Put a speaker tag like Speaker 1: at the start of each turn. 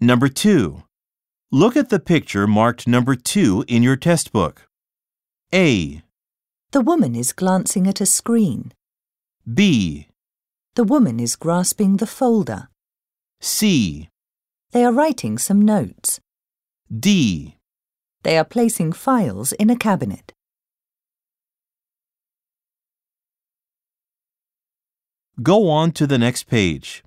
Speaker 1: Number two, look at the picture marked number two in your test book. A,
Speaker 2: The woman is glancing at a screen.
Speaker 1: B,
Speaker 2: The woman is grasping the folder.
Speaker 1: C,
Speaker 2: They are writing some notes.
Speaker 1: D.
Speaker 2: They are placing files in a cabinet.
Speaker 1: Go on to the next page.